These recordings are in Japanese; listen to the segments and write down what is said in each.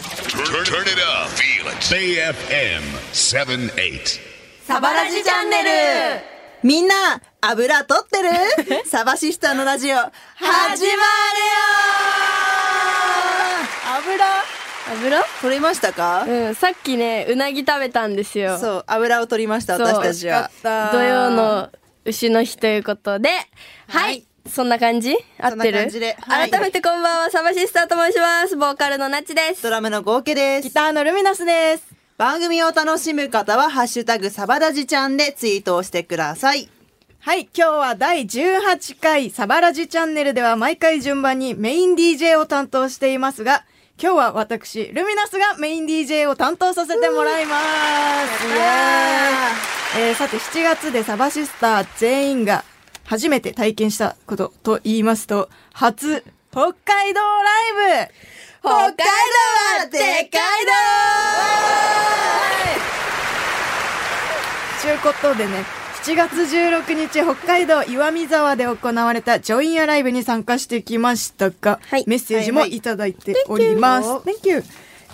Turn, turn it up. Feel it. AFM 78. サバラジチャンネルみんな、油取って るサバシスターのラジオ、始まるよ油取れましたかうん、さっきね、うなぎ食べたんですよ。う。そう、油を取りました、私たちは。土曜の牛の日ということで、はい。そんな感じ合ってそんなる感じではい改めてこんばんは、サバシスターと申します。ボーカルのなっちです。ドラムの合計です。ギターのルミナスです。番組を楽しむ方は、ハッシュタグサバラジちゃんでツイートをしてください。はい、今日は第18回サバラジチャンネルでは毎回順番にメイン DJ を担当していますが、今日は私、ルミナスがメイン DJ を担当させてもらいます。イエーイえーさて、7月でサバシスター全員が初めて体験したことと言いますと、初北海道ライブ北海道はでかということでね、7月16日北海道岩見沢で行われたジョインアライブに参加してきましたが、はいメッセージもいただいております。Thank you.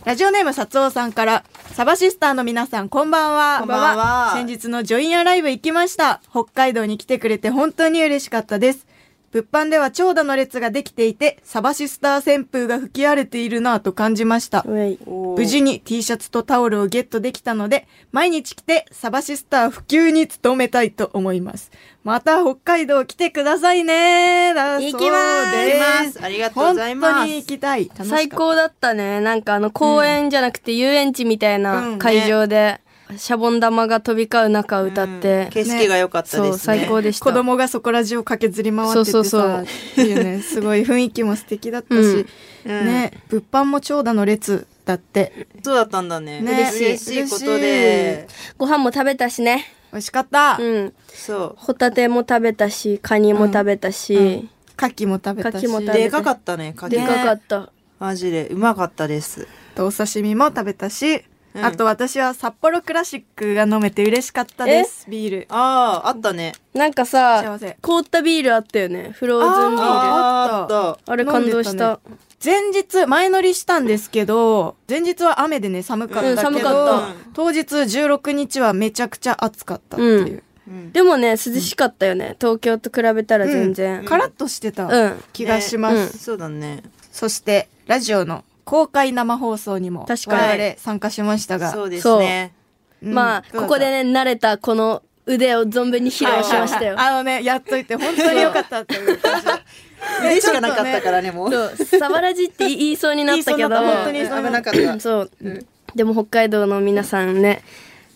ラジオネームさつおさんから、サバシスターの皆さん、こんばんは。こんばんは先日のジョインアライブ行きました。北海道に来てくれて本当に嬉しかったです。物販では長蛇の列ができていて、サバシスター旋風が吹き荒れているなぁと感じました。無事に T シャツとタオルをゲットできたので、毎日着てサバシスター普及に努めたいと思います。また北海道来てくださいね。だそうです。行きますありがとうございます本当に行きたい。楽しかった最。高だったね。なんかあの公園じゃなくて遊園地みたいな会場で、シャボン玉が飛び交う中を歌って、景色が良かったですね。そう、最高でした。子供がそこら中を駆けずり回っててさそうそうそうってい うねすごい雰囲気も素敵だったし、ね物販も長蛇の列だってそうだったんだね。ね嬉しい嬉しいことで。ご飯も食べたしね。美味しかった、うん。そホタテも食べたし、カニも食べたし、牡蠣も食べた牡し蠣も食う。べたでかかったね、かでけかかった。マジで、うまかったです。お刺身も食べたし、んあと私は札幌クラシックが飲めて嬉しかったですビールああ、あったね。なんか幸させ、凍ったビールあったよね。フローズンビール。あああーあったれ感動した。前日前乗りしたんですけど前日は雨でね寒かったけど、うん寒かった当日16日はめちゃくちゃ暑かったっていう、でもね、涼しかったよね。東京と比べたら全然。カラッとしてうたん気がします、ねうんそうだね。そしてラジオの公開生放送にも確かに我々参加しましたが、そうですね。うんまあ、どうだったここでね、慣れたこの腕を存分に披露しましたよ。あのねやっといて本当によかったっていう感 じ嬉しかなかったからね、もう。そう、サバラジって言いそうになったけど、言いそうになった本当危に言いそうにななっかたった。そう、でも北海道の皆さんね、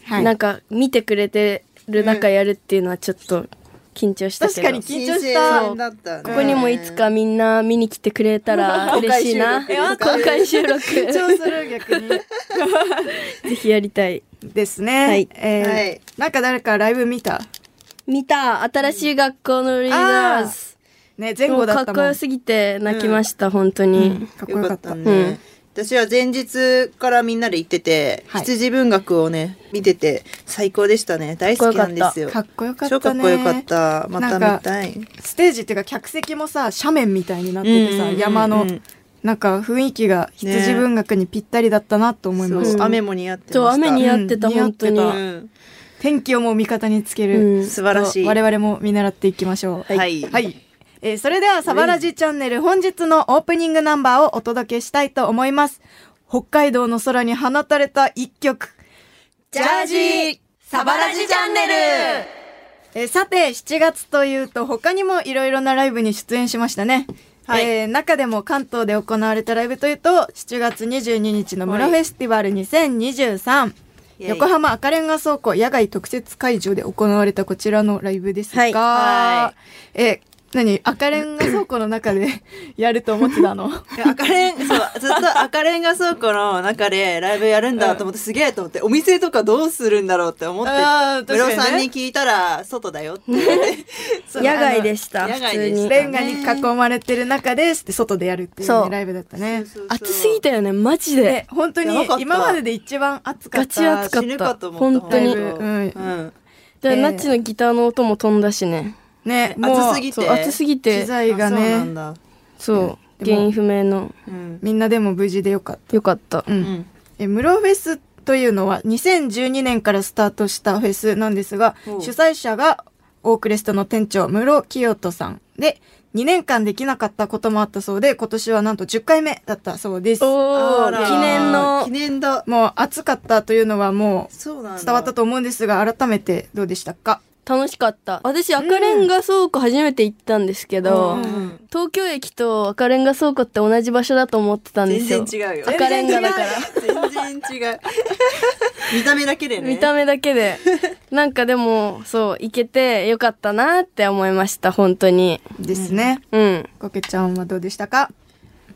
はいなんか見てくれてる中やるっていうのはちょっと緊張したけど確かに緊張新し鮮たそうだったね。ここにもいつかみんな見に来てくれたら嬉しいな公公開収録 緊張する逆にぜひやりたいですね、はいえーはいなんか誰かライブ見た見た新しい学校のリーダーズね前後だかっったこもんよすぎて泣きました、本当に、かっこよよかかっったたね。私は前日からみんなで行ってて、はい羊文学をね、見てて、最高でしたね。大好きなんですよ。かっこよかっ超かたっねこよかった。またなん見かたい。ステージっていうか客席もさ斜面みたいになっててうんうさ、んうんうん山のなんか雰囲気が羊文学にぴったりだったなと思いまそしう、た、雨も似合ってました。そう雨似合ってた、うん本当に似合っうてん天気をもう味方につけうる、ん素晴らしい。我々も見習っていきましょうはいはいえーそれではサバラジチャンネル本日のオープニングナンバーをお届けしたいと思います北海道の空に放たれた一曲ジャージーサバラジチャンネルえーさて、7月というと他にもいろいろなライブに出演しましたね。はいえー中でも関東で行われたライブというと、7月22日の村フェスティバル2023、イエイ横浜赤レンガ倉庫野外特設会場で行われたこちらのライブですが、はいはえー何赤レンガ倉庫の中で やると思ってたので赤レン、そう、ずっと赤レンガ倉庫の中でライブやるんだと思って、すげえと思って、お店とかどうするんだろうって思って、あー確かに室ねさんに聞いたら、外だよって言われてそう野外でしたあの普野外通でにしレンガに囲まれてる中ですって外でやるっていうね、そうライブだったね。そうそう暑すぎたよねマジでで、本当にやばかった今までで一番暑かガった。チ暑かっ死たぬかと思った。本当にライブうん。で、えーナッチのギターの音も飛んだしね。ね、もう暑すぎそう、て。暑すぎて機。材がねあそうなんだ。そう、で原も因不明の。うん。みんなでも無事でよかっよかった。た。うん。うんえ室フェスというのは2012年からスタートしたフェスなんですが、おう主催者がオークレストの店長、室清人さんで、2年間できなかったこともあったそうで、今年はなんと10回目だったそうです。もおあらー記念の記念だ。う暑かったというのはもそうなんうだ。伝わったと思うんですが、改めてどうでしたか楽しかった私赤レンガ倉庫初めて行ったんですけど、うん東京駅と赤レンガ倉庫って同じ場所だと思ってたんですよ全然違うよ。赤レンガだから全然違う。 見た目だけでね。見た目だけ でなんかでもそう行けてよかったなって思いました本当にですね。うんこけちゃんはどうでしたか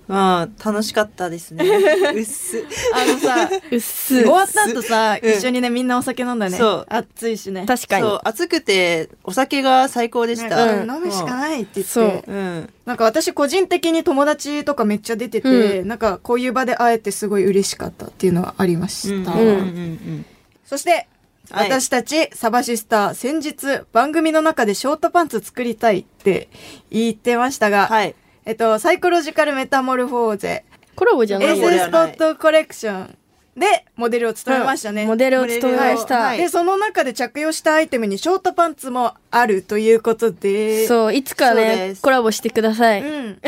まあ、楽しかったです ね。うっす。あの さ、うっす終わった後さ、うん一緒にね、みんなお酒飲んだね。そう暑いしね。確かにそう、暑くて、お酒が最高でしねた。うん飲むしかい。ないって言そってう。うん。なんか私個人的に友達とかめっちゃ出てて、なんかこういう場で会えてすごい嬉しかったっていうのはありました。うんうんうんうんそして、はい私たちサバシスター先日番組の中でショートパンツ作りたいって言ってましたが、はい。えっと、サイコロジカルメタモルフォーゼ、コラボじゃエないーコラボスだスポットコレクションでモデルを務めましたね。うんモデルを務めました、モデルをはいで、その中で着用したアイテムにショートパンツもあるということで、そういつかそうでねすコラボしてください、うん。うん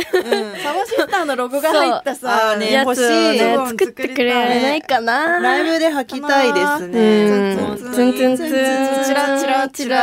サバシスターのロゴが入ったそうさ、あーねやつをね欲しい作ってくれないかな、ライブで履きたいですうね。んツツンンツツンンツンツンチラチラチラチラ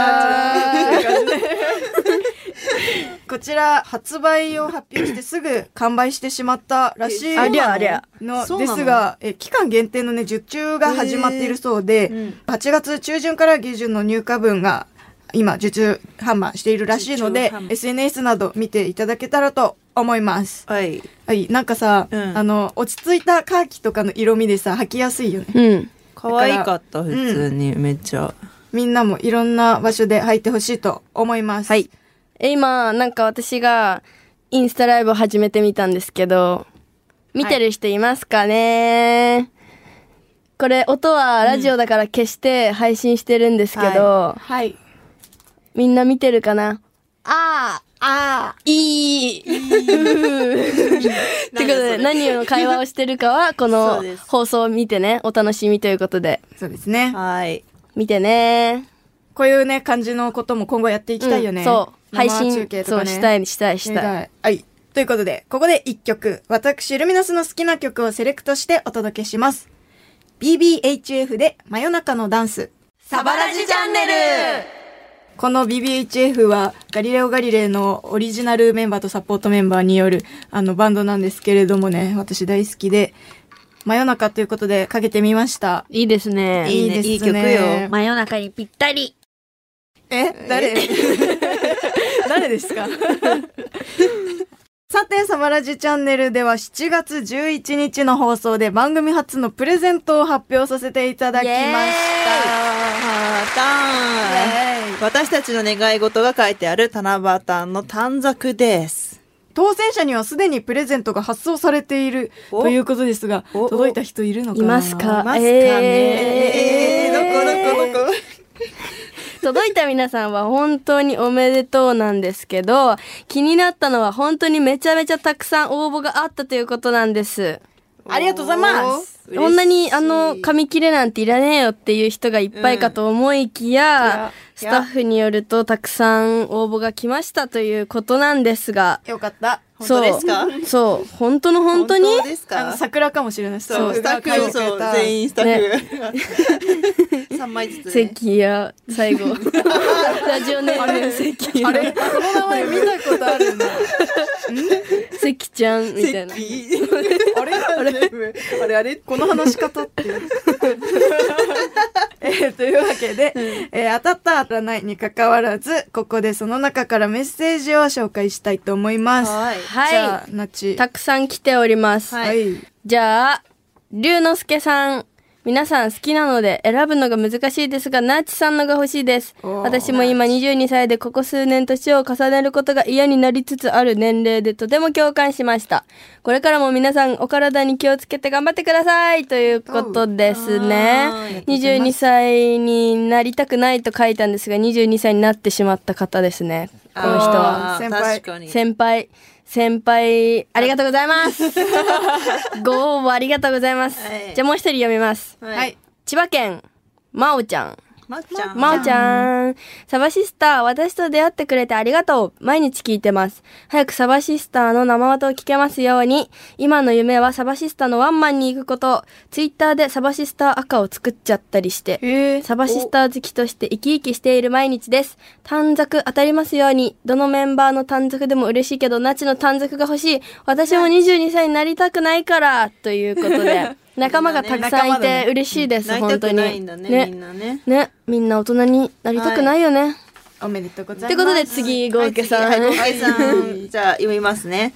こちら発売を発表してすぐ完売してしまったらしいありゃありゃのそうでなのすがえ期間限定のね受注が始まっているそうで、えーうん8月中旬から下旬の入荷分が今受注販売しているらしいの受で注販売 SNS など見ていただけたらと思います。はい。はい、なんかさ、うんあの落ち着いたカーキとかの色味でさ履きやすいよね。うん可愛かった、普通に、めっちゃ。みんなもいろんな場所で履いてほしいと思います。はい。え今なんか私がインスタライブを始めてみたんですけど見てる人いますかね、これ音はラジオだから消して配信してるんですけど、はい。みんな見てるかなあーあーい いうーってことで何の会話をしてるかはこそのうです放送を見てねお楽しみということでそうですね。はい。見てねこういうね、感じのことも今後やっていきたいよね。うんそう生配中信、継とそかうね。したいしたいしたいい。はい。ということで、ここで一曲。私、ルミナスの好きな曲をセレクトしてお届けします。BBHF で真夜中のダンス。サバラジチャンネルこの BBHF はガリレオ・ガリレイのオリジナルメンバーとサポートメンバーによるあのバンドなんですけれどもね、私大好きで、真夜中ということでかけてみました。いいですねいいねですねいい曲よ真夜中にぴったり。え 誰誰ですか さて、サマラジチャンネルでは7月11日の放送で番組初のプレゼントを発表させていただきましあーた。たーんイエーイ私たちの願い事が書いてある七夕の短冊です。当選者にはすでにプレゼントが発送されているおということですが、おお届いた人いるのかいなますかいますかねえーどこどこどこ届いた皆さんは本当におめでとうなんですけど、気になったのは本当にめちゃめちゃたくさん応募があったということなんです。ありがとうございます。嬉しいこんなにあの、紙切れなんていらねえよっていう人がいっぱいかと思いきや、うんスタッフによるとたくさん応募が来ましたということなんですが、よかった。本当ですかそう、そう、本当の本当に本ですあのか桜かもしれない。そう、スタッフがよ、書いそてくうれた全員スタッフ。 三枚ずつね。関や最 後ラジオネーム関あれこの名前見たことあるな。関ちゃんみたいなあれあれあれあれこの話し方って。 えーというわけで、えー当たった当たらないに関わらず、ここでその中からメッセージを紹介したいと思います。はいじはゃあ、なち。いたくさん来ております、はいはい。じゃあ龍之介さん皆さん好きなので選ぶのが難しいですがナーチさんのが欲しいですおー私も今22歳でここ数年年を重ねることが嫌になりつつある年齢でとても共感しましたこれからも皆さんお体に気をつけて頑張ってくださいということですね22歳になりたくないと書いたんですが22歳になってしまった方ですねこの人あーは。先輩確かに。先輩、先輩、ありがとうござ います。ご応募ありがとうございます。はいじゃあもう一人読みます。ははい。千葉県、まおちゃん。まっちゃん。まおちゃん。サバシスター、私と出会ってくれてありがとう。毎日聞いてます。早くサバシスターの生音を聞けますように。今の夢はサバシスターのワンマンに行くこと。ツイッターでサバシスター赤を作っちゃったりして。へえ。サバシスター好きとして生き生きしている毎日です。短冊当たりますように。どのメンバーの短冊でも嬉しいけど、ナチの短冊が欲しい。私も22歳になりたくないから。ということ で、仲間がたくさんいて嬉しいです。泣い本た当くに。ないんだね、みんなね。ね、みんな大人になりたくないよね。おめでとうございます。ってことで次、ゴーケさん。はい、はいさん。じゃあ、読みますね。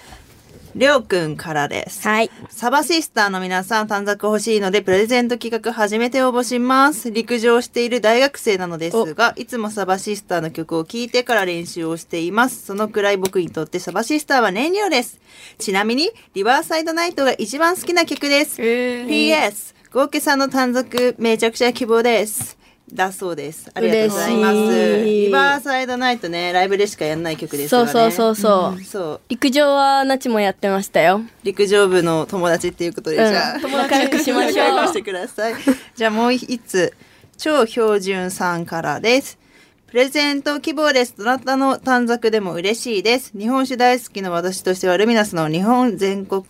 りょうくんからです。はい。サバシスターの皆さん、短冊欲しいので、プレゼント企画始めて応募します。陸上している大学生なのですが、いつもサバシスターの曲を聴いてから練習をしています。そのくらい僕にとってサバシスターは燃料です。ちなみに、リバーサイドナイトが一番好きな曲です。へえ。 PS、ゴーケさんの短冊、めちゃくちゃ希望です。だそうです。ありがとうございます。嬉しいリバーサイドナイトね、ライブでしかやんない曲ですそようね。そうそうそう。そう。陸上はナチもやってましたよ。陸上部の友達っていうことで、うんじゃあ仲良くしましょう仲良くしてください じゃあもう一つ超標準さんからですプレゼント希望ですどなたの短冊でも嬉しいです日本酒大好きの私としてはルミナスの日本全国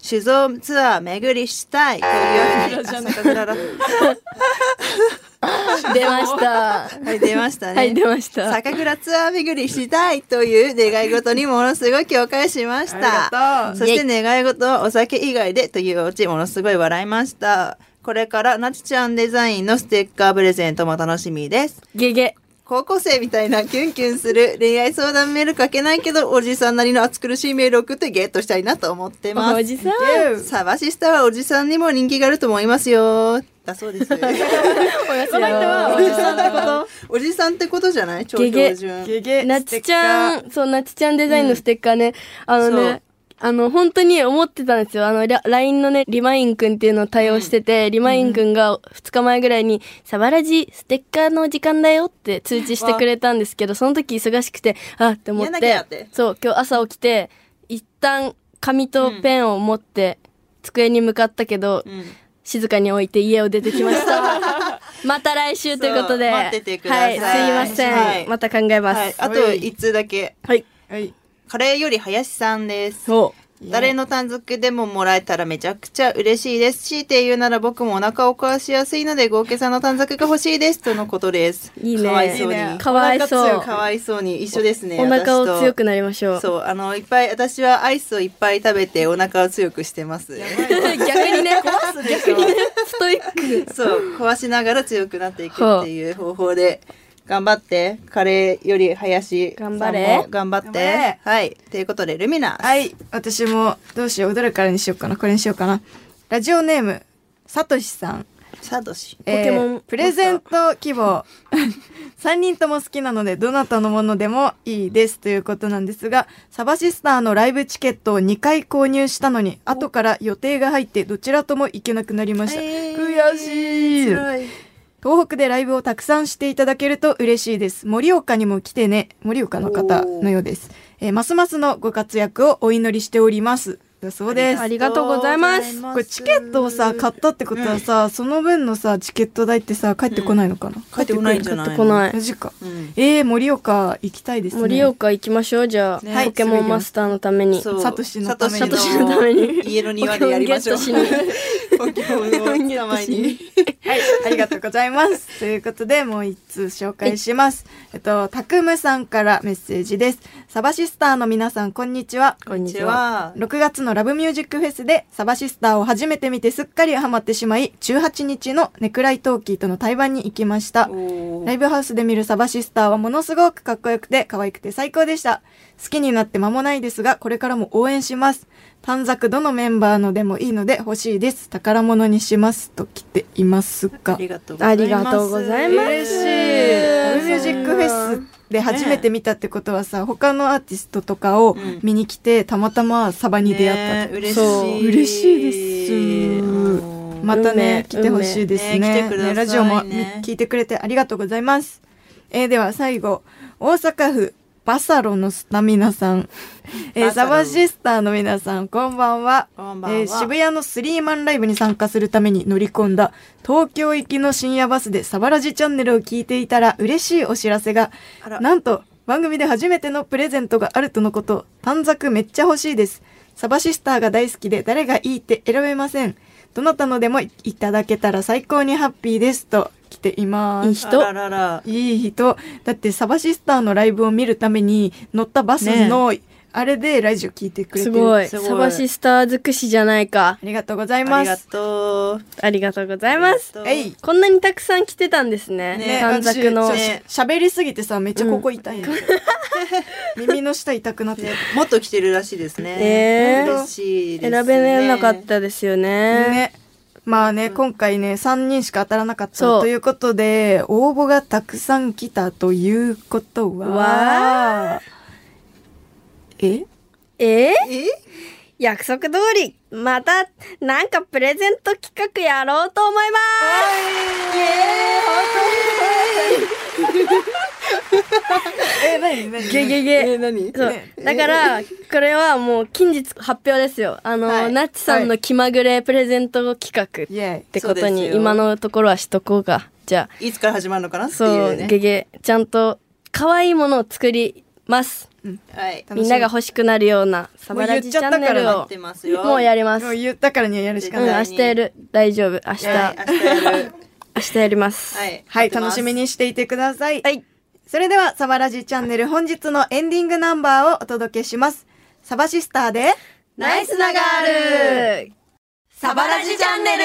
酒造ツアー巡りしたいというようにあ 桜だ出ました。はい出ましたねはい、出ました。酒蔵ツアー巡りしたいという願い事にものすごい共感しました。ありがとそうして願い事はお酒以外でといううちものすごい笑いました。これからなちちゃんデザインのステッカープレゼントも楽しみです。ゲゲ。高校生みたいなキュンキュンする恋愛相談メール書けないけどおじさんなりの暑苦しいメール送ってゲットしたいなと思ってます。おじさん。サバシスターはおじさんにも人気があると思いますよ。だそうです。 おやすこの人はおじさんってこ おじさんってことじゃない超標ゲゲ準と。。ゲゲ。なちちゃん。ん、そう、なちちゃんデザインのステッカーね、あのそうね、あの、本当に思ってたんですよ。あの、ラ LINE のね、リマインくんっていうのを対応してて、リマインくんが2日前ぐらいに、サバラジステッカーの時間だよって通知してくれたんですけど、その時忙しくて、あって思っやんなきゃってて、そう、今日朝起きて、一旦紙とペンを持って、机に向かったけど、うん静かに置いて家を出てき ました。また来週ということそで。う待っててくださいはい、すいません。はいまた考えます。はい、あと一通だけ。はい。はい。カレーより林さんです。そう。誰の短冊でももらえたらめちゃくちゃ嬉しいです。強いて言うなら僕もお腹を壊しやすいので、合計さんの短冊が欲しいです。とのことです。いいねかわいそうに。いいねかわいおそ腹う。かわいそうに。一緒ですね。お腹を強くななりましょう。 そう、あの、いっぱい、私はアイスをいっぱい食べてお腹を強くしてます。逆にね、逆にストイック。そう、壊しながら強くなっていくっていう方法で、頑張って、カレーより林さんも頑張れ頑張っ頑張てれ。はい。ということで、ルミナ。はい。私も、どうしよう。どれからにしようかな。これにしようかな。ラジオネーム、さとしさん。サトシ。ポケモンプレゼント 希望3人とも好きなのでどなたのものでもいいですということなんですがサバシスターのライブチケットを2回購入したのに後から予定が入ってどちらとも行けなくなりました、えー悔しい辛い東北でライブをたくさんしていただけると嬉しいです盛岡にも来てね盛岡の方のようです、えーますますのご活躍をお祈りしておりますだそうですありがとうございます。これチケットをさ買ったってことはさ、その分のさチケット代ってさ返ってこないのかな、帰ってこないんじゃ買なっいてこないマ。ジか、うんえー、盛岡行きたいですね盛岡行きましょう、じゃねあ。ポケモンマスターのために。そうサトシのためにサトシのサトシのために家の庭でやりましょうポケモンゲッポケモンを捕まえにはいありがとうございます ということでもう一通紹介しますえっとたくむさんからメッセージですサバシスターの皆さんこんにちはこんにちは。は6月のラブミュージックフェスでサバシスターを初めて見てすっかりハマってしまい18日のネクライトーキーとの対バンに行きましたおーライブハウスで見るサバシスターはものすごくかっこよくて可愛くて最高でした。好きになって間もないですが、これからも応援します。短冊どのメンバーのでもいいので欲しいです。宝物にします。と来ていますあが。りがとうありがとうございます。嬉しい。ラブミュージックフェスで初めて見たってことはさ、他のアーティストとかをん見に来て、たまたまサバに出会ったと。ね嬉しそいう嬉しいですうんまたね、運命来てほしいですね。ね来てくださいねラジオもみ聞いてくれてありがとうございます。えーでは最後、大阪府、バサロのスタミナさん。えーバササロバシスターの皆さん、こんばんは。こんばんはえー渋谷のスリーマンライブに参加するために乗り込んだ、東京行きの深夜バスでサバラジチャンネルを聞いていたら嬉しいお知らせがあら、なんと、番組で初めてのプレゼントがあるとのこと、短冊めっちゃ欲しいです。サバシスターが大好きで誰がいいって選べません。どなたのでもいただけたら最高にハッピーですと来ています。いい人あらららいい人。だってサバシスターのライブを見るために乗ったバスの、あれでラジオ聞いてくれてする。ごい。すごいサバシスター尽くしじゃないかあ。りがとうございあまりがす。とう。ありがとうございます。ありがとうえい。こんなにたくさん来てたんですね。ね短冊の。私ね喋りすぎてさ、めっちゃここ痛いの、 耳の下痛くなってねる。もっと来てるらしいですね。ねえ嬉しいです、ね。選べなかっ。たですよね。ね。まあね、今回ね、3人しか当たらなかったそうということで、応募がたくさん来たということは。わえええ約束通り、また、なんかプレゼント企画やろうと思いますえ、なになにゲゲゲ。何そう。だから、これはもう近日発表ですよ。あの、はいナッチさんの気まぐれプレゼント企画イェイっ。てことそうでに、すよ今のところはしとこうか。じゃあ、いつから始まるのかなってそ、いううね。ゲゲ、ちゃんと可愛いものを作ります。はい。楽しみみんなが欲しくなるようなサバラジチャンネル待をってますよ。もうやります。もう、うん言ったからにはやるしかうない。明日やる。大丈夫。明日、はい明日やる。明日やります。はい。はい、楽しみにしていてください。はい。それでは、サバラジチャンネル本日のエンディングナンバーをお届けします。サバシスターで、ナイスなガールサバラジチャンネル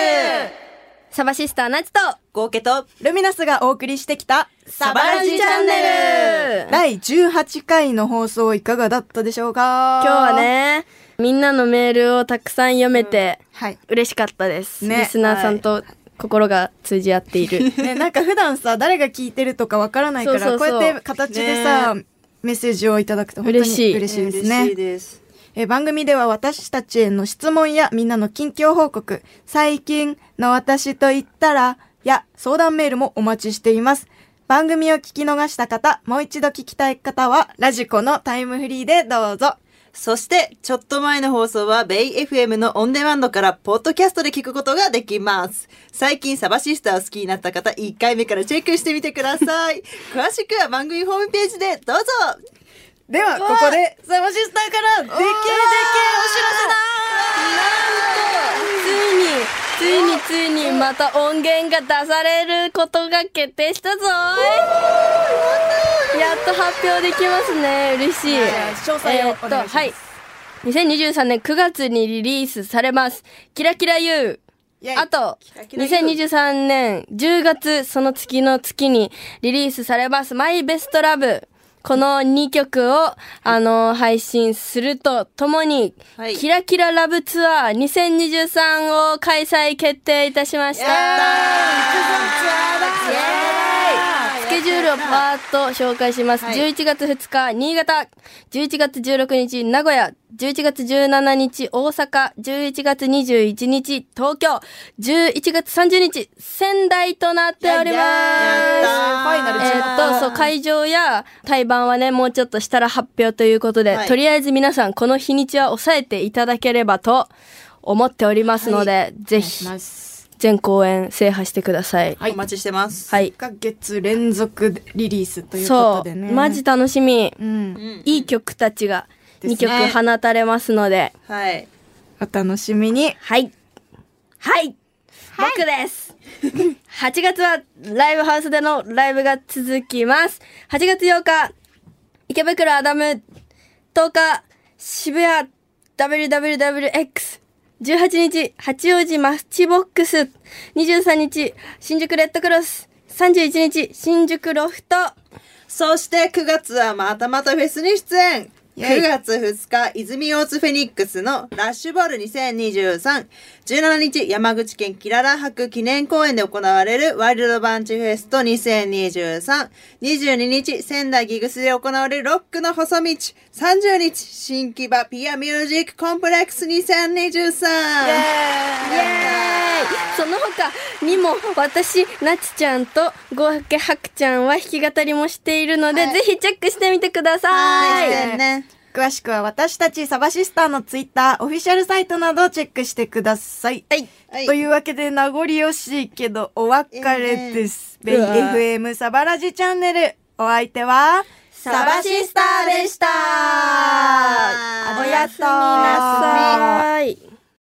サバシスターナチと合計と、ルミナスがお送りしてきた、サバラジチャンネ今第18回の放送いかがだったでしょうか日は。ね、みんなのメールをたくさん読めてはい。嬉しかったです。ねリスナーさんと心が通じ合って いる。ね、なんか普段さ、誰が聞いてるとかわからないから、そうそうそうこうやって形でさ、メッセージをいただくと本当に嬉しい嬉しいですね。嬉しいです。えー番組では私たちへの質問やみんなの近況報告、最近の私と言ったら、や相談メールもお待ちしています。番組を聞き逃した方、もう一度聞きたい方は、ラジコのタイムフリーでどうぞ。そして、ちょっと前の放送は、ベイ FM のオンデマンドから、ポッドキャストで聞くことができます。最近、サバシスターを好きになった方、1回目からチェックしてみてくださ い。詳しくは番組ホームページで、どうぞでは、ここで、サマシスターから、でけえでけえお知らせだついに、ついについにまた音源が出されることが決定したぞいやっと発表できますね。嬉しい。詳細をお願いしますえーっとはい。2023年9月にリリースされます。キラキラ U。イェイあと、キラ U 2023年10月、その月の月にリリースされます。マイベストラブ。この2曲を、あの、配信するとともに、はいキラキララブツアー2023を開催決定いたしました。スケジュールをパーッと紹介します。はい11月2日、新潟。11月16日、名古屋。11月17日、大阪。11月21日、東京。11月30日、仙台となっております。やったーファイナルえチェーっと、そう、会場や対バンはね、もうちょっとしたら発表ということで、はいとりあえず皆さん、この日にちは抑えていただければと思っておりますので、ぜひ、全公演制覇してください。はい、お待ちしてます。はい。 1ヶ月連続リリースというこそとでう、ね。マジ楽しみ。うん。いい曲たちがで2すね曲放たれますので、はい。お楽しみに。はい。はい。僕です。8月はライブハウスでのライブが続きます。8月8日、池袋アダム、10日、渋谷 WWWX、18日、八王子マッチボックス、23日、新宿レッドクロス、31日、新宿ロフト、そして9月はまたまたフェスに出演9月2日、泉大津フェニックスのラッシュボール2023、17日、山口県キララ博記念公園で行われるワイルドバンチフェスト2023、22日、仙台ギグスで行われるロックの細道、30日、新木場ピアミュージックコンプレックス2023。イエーイその他にも私なちちゃんと合計はくちゃんは弾き語りもしているので、ぜひチェックしてみてくださいはいですね詳しくは私たちサバシスターのツイッター、オフィシャルサイトなどをチェックしてください。はいはいというわけで名残惜しいけどお別れです。ええベイ FM サバラジチャンネル。お相手は、サバシスターでしたありがとうおやすみなさい